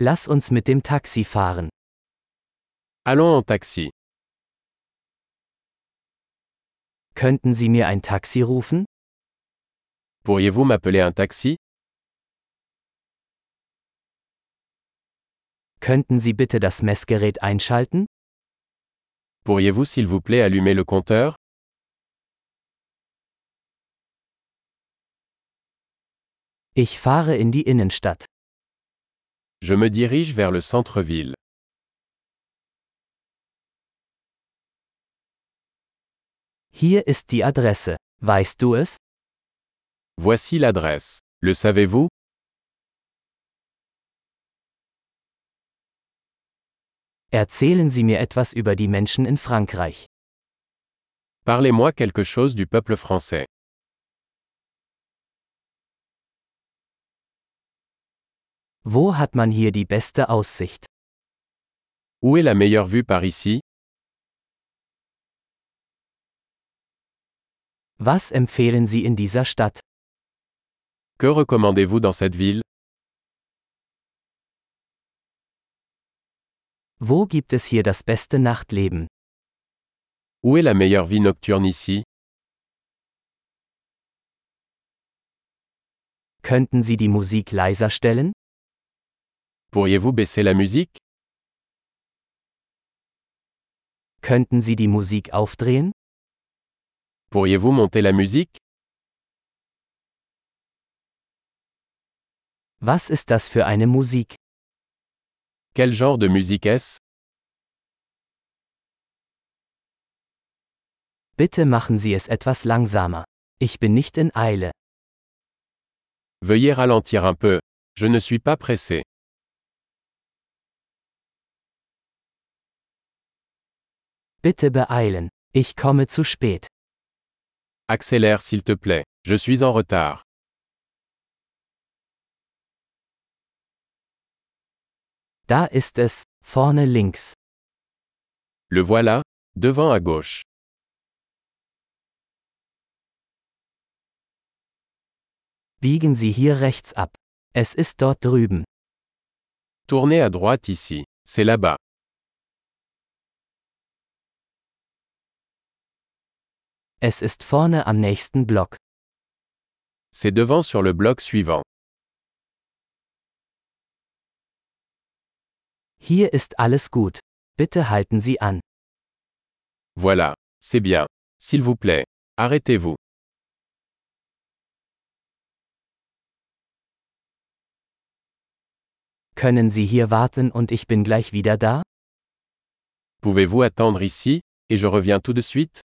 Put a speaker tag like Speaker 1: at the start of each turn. Speaker 1: Lass uns mit dem Taxi fahren.
Speaker 2: Allons en taxi.
Speaker 1: Könnten Sie mir ein Taxi rufen?
Speaker 2: Pourriez-vous m'appeler un taxi
Speaker 1: Könnten Sie bitte das Messgerät einschalten?
Speaker 2: Pourriez-vous s'il vous plaît allumer le compteur
Speaker 1: Ich fahre in die Innenstadt.
Speaker 2: Je me dirige vers le centre-ville.
Speaker 1: Hier ist die Adresse. Weißt du es?
Speaker 2: Voici l'adresse. Le savez-vous
Speaker 1: Erzählen Sie mir etwas über die Menschen in Frankreich.
Speaker 2: Parlez-moi quelque chose du peuple français.
Speaker 1: Wo hat man hier die beste Aussicht?
Speaker 2: Où est la meilleure vue par ici
Speaker 1: Was empfehlen Sie in dieser Stadt?
Speaker 2: Que recommandez-vous dans cette ville
Speaker 1: Wo gibt es hier das beste Nachtleben?
Speaker 2: Où est la meilleure vie nocturne ici
Speaker 1: Könnten Sie die Musik leiser stellen?
Speaker 2: Pourriez-vous baisser la musique
Speaker 1: Könnten Sie die Musik aufdrehen?
Speaker 2: Pourriez-vous monter la musique
Speaker 1: Was ist das für eine Musik?
Speaker 2: Quel genre de musique est-ce
Speaker 1: Bitte machen Sie es etwas langsamer. Ich bin nicht in Eile.
Speaker 2: Veuillez ralentir un peu. Je ne suis pas pressé.
Speaker 1: Bitte beeilen. Ich komme zu spät.
Speaker 2: Accélère s'il te plaît. Je suis en retard.
Speaker 1: Da ist es, vorne links.
Speaker 2: Le voilà, devant à gauche.
Speaker 1: Biegen Sie hier rechts ab. Es ist dort drüben.
Speaker 2: Tournez à droite ici. C'est là-bas.
Speaker 1: Es ist vorne am nächsten Block.
Speaker 2: C'est devant sur le bloc suivant.
Speaker 1: Hier ist alles gut. Bitte halten Sie an.
Speaker 2: Voilà. C'est bien. S'il vous plaît. Arrêtez-vous.
Speaker 1: Können Sie hier warten und ich bin gleich wieder da?
Speaker 2: Pouvez-vous attendre ici Et je reviens tout de suite